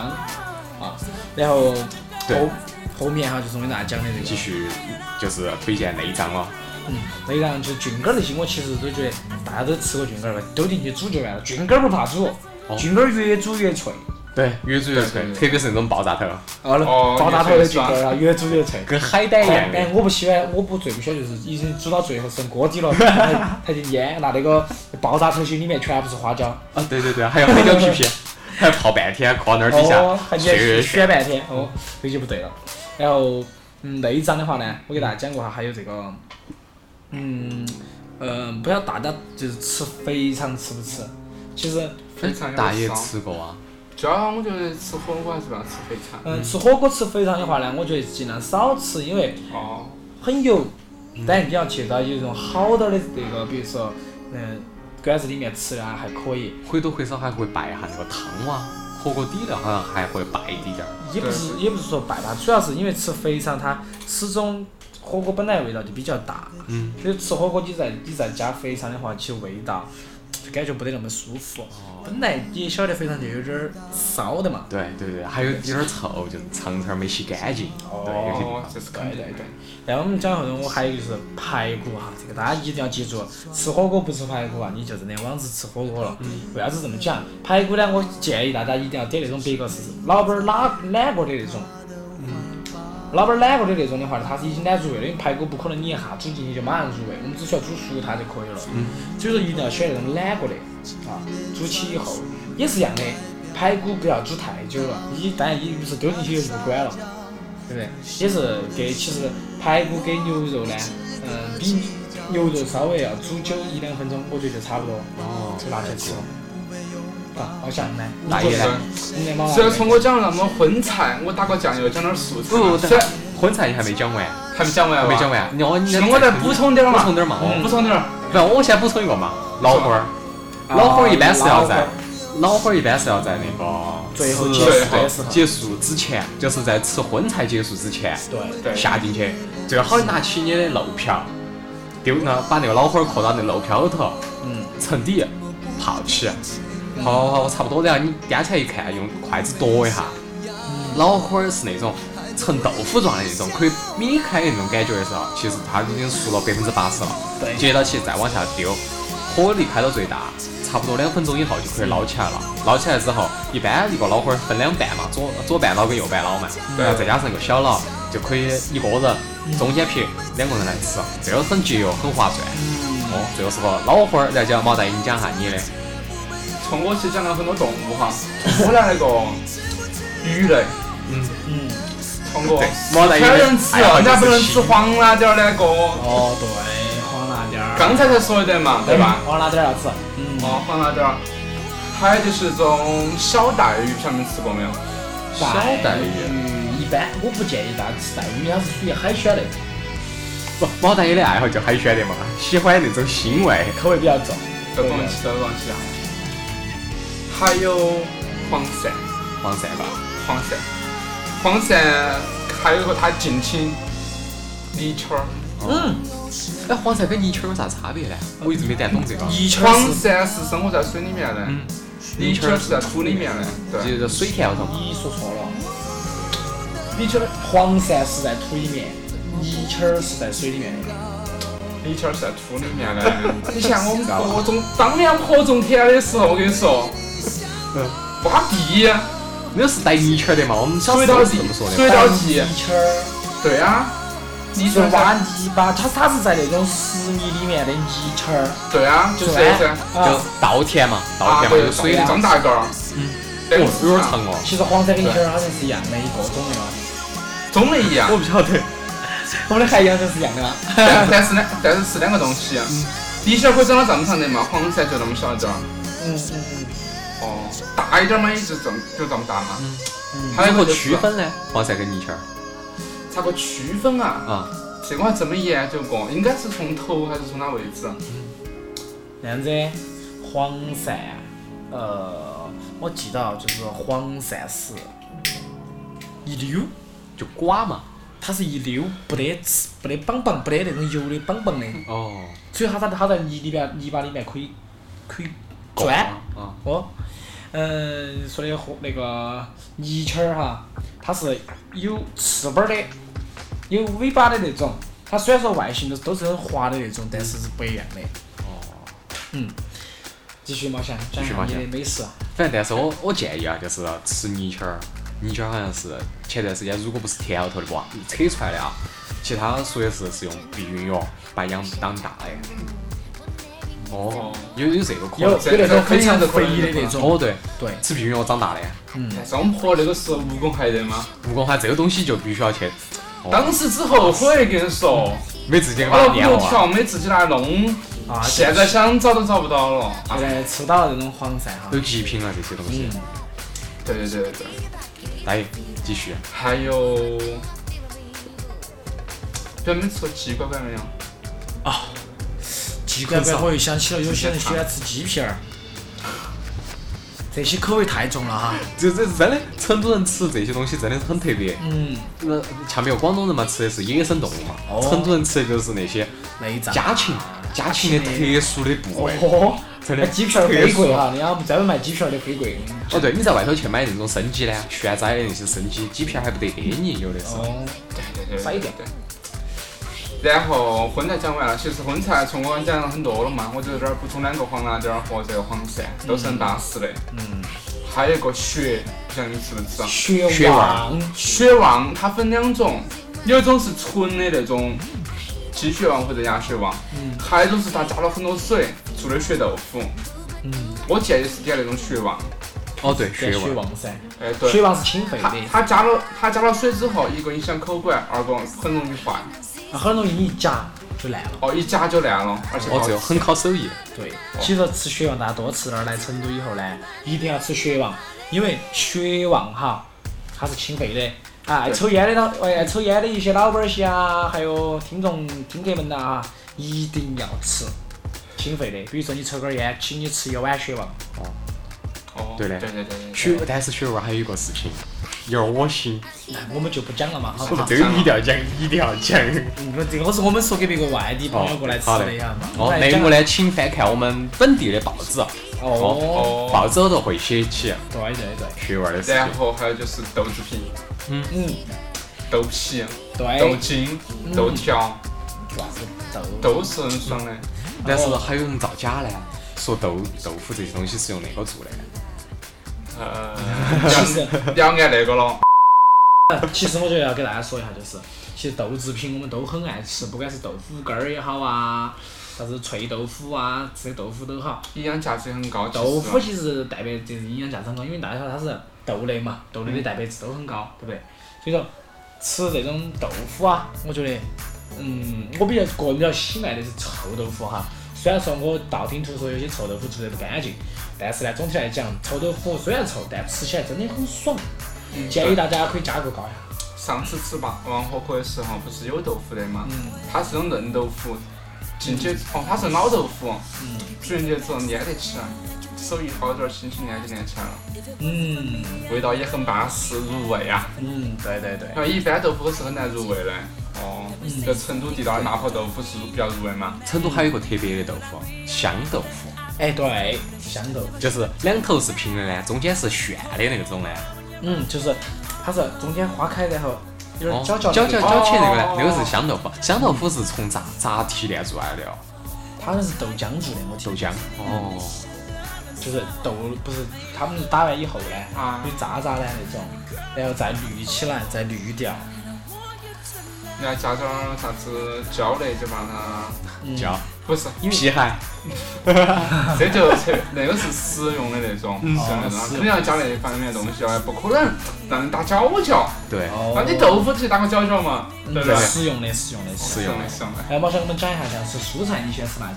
啊。然后对后后面哈就是我跟大家讲的这继个，续就是推荐内脏了，嗯，那个就是菌根儿那些，我其实都觉得大家都吃过菌根儿，丢进去煮就完了。菌根儿不怕煮哦，菌根儿越煮越脆。对，越煮越脆对，对对特别是那种爆炸头，哦哦，爆炸头的菌根儿啊，越煮越脆。跟海胆一样哎，的。我不喜欢，我不最不喜欢就是已经煮到最后剩锅底了，他他就腌，拿那个爆炸头心里面全部是花椒。啊，对对对，还有海椒 *laughs* 皮皮，还要泡半天，搁那儿底哦下，还血选血选半天，哦，这就不对了。然后，嗯，内脏的话呢，我给大家讲过哈，还有这个，嗯，呃，不晓得大家就是吃肥肠吃不吃？其实，肥肠大也爷不少。吃过啊，主要我觉得吃火锅还是不要吃肥肠。嗯，吃火锅吃肥肠的话呢，我觉得尽量少吃，因为哦，很油。当然，你要去到有一种好点儿的这个，比如说，嗯，馆子里面吃啊还可以，或多或少还会拌一下那个汤啊，火锅底料好像还会拌一滴点儿。也不是也不是说败吧，主要是因为吃肥肠它始终火锅本来味道就比较大。嗯，所以吃火锅，你再你再加肥肠的话，其实味道就感觉不得那么舒服。本来你也晓得肥肠就有点儿骚的嘛。对对对，还有有点儿臭，就是肠肠没洗干净。对，有些地哦，方。这是肯定的对对对。然后我们讲后头，我还有就是排骨哈，啊这个大家一定要记住，吃火锅不吃排骨啊，你就真的枉子吃火锅了。为啥子这么讲？排骨呢，我建议大家一定要点那种别个是老板儿懒懒过的那种。嗯老板儿懒过的那种的话，它是已经懒入味了，因为排骨不可能你一下煮进去就马上入味，我们只需要煮熟它就可以了。嗯所以说一定要选那种懒过的啊，煮起以后也是一样的，排骨不要煮太久了，你当然也不是丢进去就入关了。对不对？也是给其实排骨给牛肉呢，嗯、比牛肉稍微要煮久一两分钟，我觉得就差不多，哦就拿去吃了。嘎，好香呢！大就爷是呢？你来嘛？虽然从我讲了那么荤菜，我打个酱油，讲点素菜不嘛。不，虽等然荤菜你还没讲完，还没讲完还吧，没讲完。你我你行，我再补充点儿补嘛，充点儿嘛。嗯哦补充点儿。不，我先补充一个嘛，老火儿，老火儿一般是啊要在，老火儿一般是要在那个最后吃结束的时候结束之前，就是在吃荤菜结束之前对，对，下进去，最好拿起你的漏瓢，丢那把那个老火儿扣到那漏瓢后头，嗯，沉底泡起，泡泡泡差不多了，你掂起来一看，用筷子剁一下。老火儿是那种成豆腐状的那种，可以抿开的那种感觉的时候，其实它已经熟了百分之八十了。对接到起再往下丢，火力开到最大，差不多两分钟以后就可以捞起来了。捞起来之后，一般一个老火儿分两半嘛，左左半捞跟右半捞嘛，对然后再加上一个小捞，就可以一个人中间撇两个人来吃，这个很节约，很划算。哦，最后是个老火儿，然后就要毛大爷你讲一下你的，从我去讲了很多动物哈，我俩那个鱼类，嗯，嗯，通过对，毛大爷挑的人吃，爱啊好人家就不能是吃吃。黄辣椒那嗯个，哦对，黄辣椒儿，刚才才说的嘛，对吧？嗯？黄辣椒儿要吃，嗯，哦，黄辣椒。还有就是这种小带鱼，不晓得你们吃过没有？小带鱼，鱼一般我不建议大家吃带鱼，它是属于海鲜类，不，毛大爷的爱好就海鲜的嘛，喜欢那种腥味。口味比较重。都不能吃，都不能吃啊。还有黄鳝，黄鳝吧，黄鳝，黄鳝还有一个它近亲泥鳅儿。嗯，哎，黄鳝跟泥鳅有啥差别呢？我一直没太懂这个。泥鳅黄是鳝是生活在水里面的，泥鳅是在土里面的。对，哦就是水田后头。你说错了，你觉得黄鳝是在土里面，泥鳅儿是在水里面的。李谦儿是在土里面的。你像我们火种，当年火种田的时候，我跟你说，嗯挖地，那是带泥鳅的嘛？我们小水时候稻是地这么说，的。水稻地泥，鳅儿对啊，泥是鳅挖挖，泥巴，它它是在那种湿泥里面的泥鳅儿，对啊，就是这噻，就啊。稻田嘛，稻啊，田嘛，对，有水的嘛张。大个儿，哦，嗯有点长哦。其实黄山跟泥鳅儿好像是一样的一个种的嘛。种类一样，不晓得。我们的海洋就是一样的吗？但 *laughs* 但是呢，但是是两个东西。啊泥鳅可以长到这么长的嘛，黄鳝就那么小一点儿，嗯嗯嗯。哦，大一点儿嘛也就这么就这么大嘛。嗯还有一如何个就是区分呢？黄鳝跟泥鳅儿咋个区分啊？啊，这个我还真没研究过，应该是从头还是从哪位置？啊那样子，黄鳝，呃，我记到就是黄鳝是一溜，就瓜嘛。它是一溜，不得刺不得棒棒，不得那种油的棒棒的，哦，所以它在它在泥里面泥巴里面可以可以钻。啊，哦，嗯，说的和那个泥鳅儿哈，它是有翅膀的，有尾巴的那种。它虽然说外形都是都是很滑的那种，但是是不一样的。哦。嗯，继续嘛，想继讲一续哦下嘛你的想美食。反正但是我我建议啊，就是吃泥鳅儿，泥鳅儿好像是前段时间如果不是田里头的瓜扯出来的啊，其他说的是是用避孕药把羊当大的。哦，有有这个可有能有。那种非常肥的那种。哦对，对，吃避孕药长大的，嗯，但是我们婆哎那个时候蜈蚣还得吗？不过哈这个东西就必须要去，哦当时之后悔跟你说，没自己我把它不腌油了啊。条没自己拿来弄，啊，现在想找都找不到了。啊现，在吃到了这种黄鳝哈有。极品啊这些东西嗯。，对对对对对，来，继续。还有，表妹吃过鸡乖乖没有？鸡怪怪，我又想起了有些人喜欢吃鸡 *laughs* 皮儿，这些口味太重了哈。这这真的，成都人吃这些东西真的是很特别。嗯，那前面有广东人嘛，吃的是野生动物嘛，哦成都人吃的就是那些内脏。家禽，家禽的特殊的部位。哦，真那的鸡皮儿飞贵哈，人家专门卖鸡皮儿的飞贵。哦，对，你在外头去买那种生鸡呢，悬宰的那些生鸡，鸡皮儿还不得给你，有的是。哦，对对对，塞一点嗯对。然后荤菜讲完了，其实荤菜从我讲了很多了嘛，我就这儿补充两个黄辣椒儿和这个黄鳝，都是很巴适的。嗯，还有一个血，不晓得你们吃不吃啊？血血旺旺，血旺它分两种，有一种是纯的那种鸡血旺或者鸭血旺，嗯还有一种是它加了很多水做的血豆腐。嗯，我建议是点那种血旺，哦，对，血血旺。旺噻，哎血对，旺是清肺它的，它加了它加了水之后，一个影响口感，二个很容易坏，它啊很容易你一夹就烂了。哦一夹就烂了，而且不哦好，这吃个很考手艺。对，哦其实吃血旺，大家多吃点儿。来成都以后呢，一定要吃血旺，因为血旺哈，它是清肺的。啊，爱对抽烟的老，哎爱抽烟的一些老板儿些啊，还有听众听客们呐、啊，一定要吃清肺的。比如说你抽根儿烟，请你吃一碗血旺。哦对嘞对对对对对。血，但是血旺还有一个事情，哦有点恶心，那我们就不讲了嘛，好我不们好？这个一定要讲，一定要讲。嗯这个是我们说给别个外地朋友过来吃好的呀嘛。 *laughs* 哎哦，来那讲我呢，请翻看我们本地的报纸，啊哦，哦报纸里头会写起对对对，血旺的事然情。后还有就是豆制品、嗯，豆皮、豆对，筋、豆条，豆豆都是很爽的。但是还有人造假呢，说豆豆腐这些东西是用那个做的。呃，其实。 *laughs* 要按那个了。其实我觉得要给大家说一下，就是其实豆制品我们都很爱吃，不管是豆腐干儿也好啊，啥子脆豆腐啊，这些豆腐都好。营养价值很高。其实豆腐其实代表就是营养价值很高，因为大家晓得它是豆类嘛，豆类的蛋白质都很高，对不对？所以说吃这种豆腐啊，我觉得，嗯，我比较个人比较喜爱的是臭豆腐哈。虽然说我道听途说有些臭豆腐做的不干净，但是呢，总体来讲，臭豆腐虽然臭，但吃起来真的很爽。嗯建议大家可以加个高下。上次吃霸王火锅的时候，不是有豆腐的吗？嗯它是那种嫩豆腐，进去哦，它是老豆腐，嗯。煮进去之后粘得起来，手一薅点儿，轻轻粘就粘起来了，嗯味道也很巴适入味啊。嗯，对对对，然后一般豆腐是很难入味的。哦，就成都地道的麻婆豆腐是比较入味嘛。成都还有一个特别的豆腐，香豆腐，哎对，香豆，就是两头是平的呢，中间是旋的那种呢。嗯，就是它是中间花开，然后有点哦，焦焦焦焦的，焦起那个呢哦，那个是香豆腐，香豆腐是从炸炸提炼出来的哦，它那是豆浆做的，我豆听，浆。哦，就是豆不是他们打完以后呢，啊有，渣渣的那种，然后再滤起来，再滤掉，你要加点儿啥子椒类就把它，嗯焦不是，皮海，这就是那个是食用的那种，是那哦种，是肯定要加那方面的东西啊，不可能让你打搅搅，对，哦啊那你豆腐直接打个搅搅嘛，对不对嗯？食用的食用的食是用。用的的，是用的。来，马上我们讲一下，像是蔬菜，你喜欢吃哪种？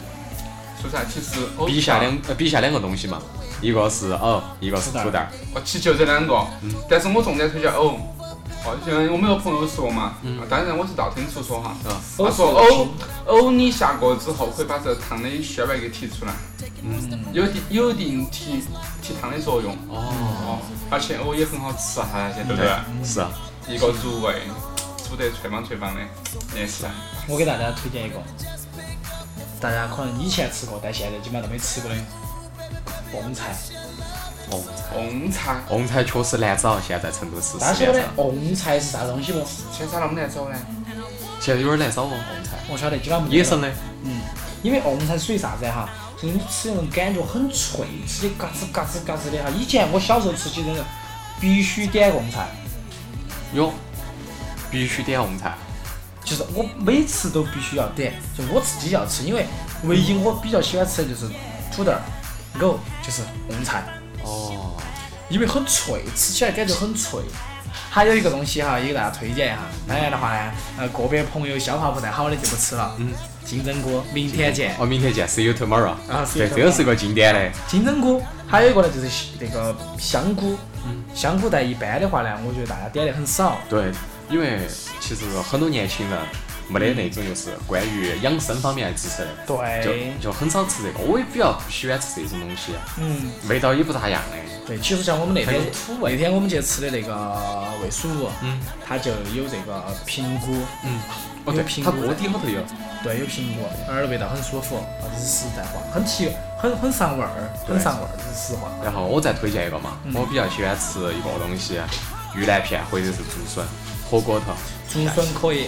蔬菜其实我比下两呃比下两个东西嘛，一个是藕，一个是土豆土豆儿。哦，其实就这两个，但是我重点推荐藕。哦，像我们有朋友说嘛，啊当然我是道听途说哈，嗯他说藕藕你下锅之后可以把这汤的鲜白给提出来，嗯，有一定有一定提提汤的作用。哦，哦，而且藕也很好吃啊，现在对不对？是啊，一个入味，煮得脆邦脆邦的，也是。啊我给大家推荐一个，大家可能以前吃过，但现在基本上都没吃过的蕹菜。翁菜，翁菜，翁菜确实难找，现在成都市大家市晓面得上蕹菜是啥东西不？现在咋那么难找呢？现在有点难找哦，翁菜。我晓得，基本上没野得生的，嗯，因为蕹菜属于啥子哈？就是你吃那种感觉很脆，吃的嘎吱嘎吱嘎吱的哈。以前我小时候吃起那种，必须点蕹菜，哟，必须点翁菜。就是我每次都必须要点，就我自己要吃，因为唯一我比较喜欢吃的就是土豆儿、藕，就是蕹菜。哦，因为很脆，吃起来感觉很脆。还有一个东西哈，也给大家推荐一下。当然的话呢，呃，个别朋友消化不太好的就不吃了。嗯，金针菇，明天见。哦，明天见，See you tomorrow。哎啊，see you 对， tomorrow 这个是个经典的。金针菇，还有一个呢就是那个香菇。嗯香菇但一般的话呢，我觉得大家点的很少。对，因为其实很多年轻人没得那种就是关于养生方面的知识的，对就，就很少吃这个。我也比较喜欢吃这种东西，嗯，味道也不咋样的。对。其实像我们那天还有那天我们去吃的那个味素屋，嗯它就有这个呃平菇，嗯，哦有对，苹它果锅底后头有，对，有苹果，而味道很舒服，啊，这是实在话，很提，很很上味儿，很对上味儿，这是实话。然后我再推荐一个嘛，我比较喜欢吃一个东西，鱼腩片或者是竹笋火锅头。竹笋可以，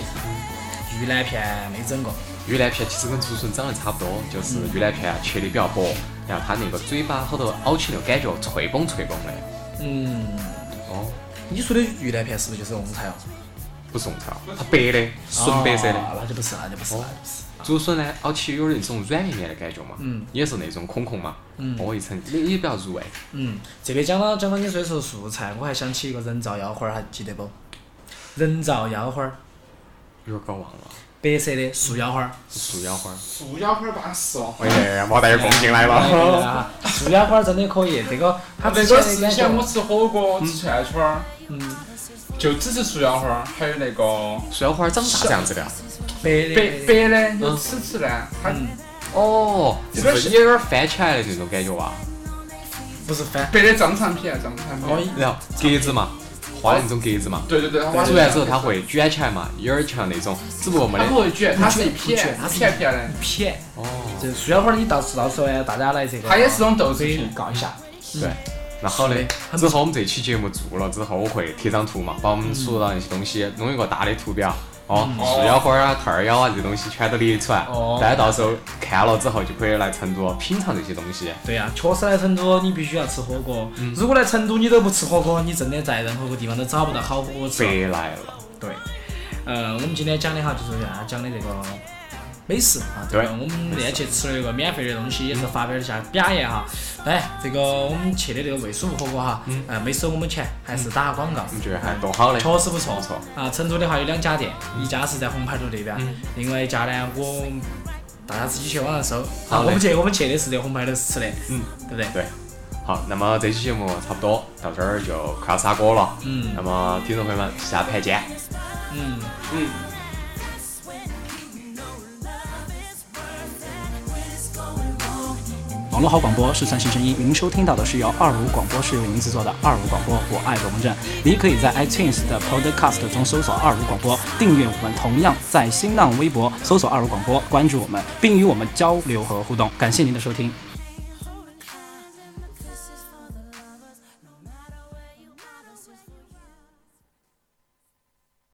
鱼腩片没整过。鱼腩片其实跟竹笋长得差不多，就是鱼腩片切的比较薄，然后它那个嘴巴后头咬起那个感觉脆嘣脆嘣的。嗯，哦，你说的鱼腩片是不是就是翁菜哦？不是红烧，它白的，纯白色的。哦那就不是，那就不是，那就不是。竹笋呢，咬起有那种软绵绵的感觉嘛，嗯也是那种空空嘛，嗯哦一层也也比较入味。嗯，这边讲到讲到你说的是素菜，我还想起一个人造腰花儿，还记得不？人造腰花儿，有点搞忘了，白色的素腰花儿。素腰花。素腰花巴适哦。哎呀，毛蛋又攻进来了。啊，素腰花儿真的可以，这个它他之这前个的是以感前我觉，吃火锅、吃串串儿，嗯，就只是素腰花儿，还有那个素腰花长啥子样子的啊？白的白白的有齿齿的，它嗯，哦，是不是也有点翻起来的那种感觉哇？不是翻。白的脏产品，脏产哦品。，然后格子嘛，花的那种格子嘛，对对对，它挖出煮来完之后它会卷起来嘛，有点像那种，只不过没它不得。会卷，它是一不卷片它是一片片的，片，哦，这素腰花儿你到时到时候呢，大家来这个，它也是种豆制可以品。搞一下。对。那好的是的，很之后我们这期节目做了之后，我会贴张图嘛，把我们说到那些东嗯西弄一个大的图表，哦，束腰花啊、兔儿腰啊这东西全都列出来哦，大家到时候看了之后就可以来成都品尝这些东西。对呀、确实来成都你必须要吃火锅。如果来成都你都不吃火锅，你真的在任何个地方都找不到好火锅吃。白来了，对，呃，我们今天讲的哈，就是大家讲的这个美食啊，对这个我们那天去吃了一个免费的东西，也是发表了一下表扬哈。哎，这个我们去的这个味素火锅哈，嗯，呃，没收我们钱，还是打下广告。我觉得还多好嘞。确实不嗯错，不错啊！成都的话有两家店，一家是在红牌路那边，嗯另外一家呢，我大家自己去网上搜。啊，好嘞我们去我们去的是在红牌路吃的，嗯，对不对？对。好，那么这期节目差不多到这儿就快要杀锅了。嗯那么听众朋友们，下盘见。嗯。嗯。网络好广播是三新声音，您收听到的是由二五广播室为您制作的《二五广播我爱广播站》，您可以在 iTunes 的 Podcast 中搜索“二五广播”，订阅我们；同样在新浪微博搜索“二五广播”，关注我们，并与我们交流和互动。感谢您的收听。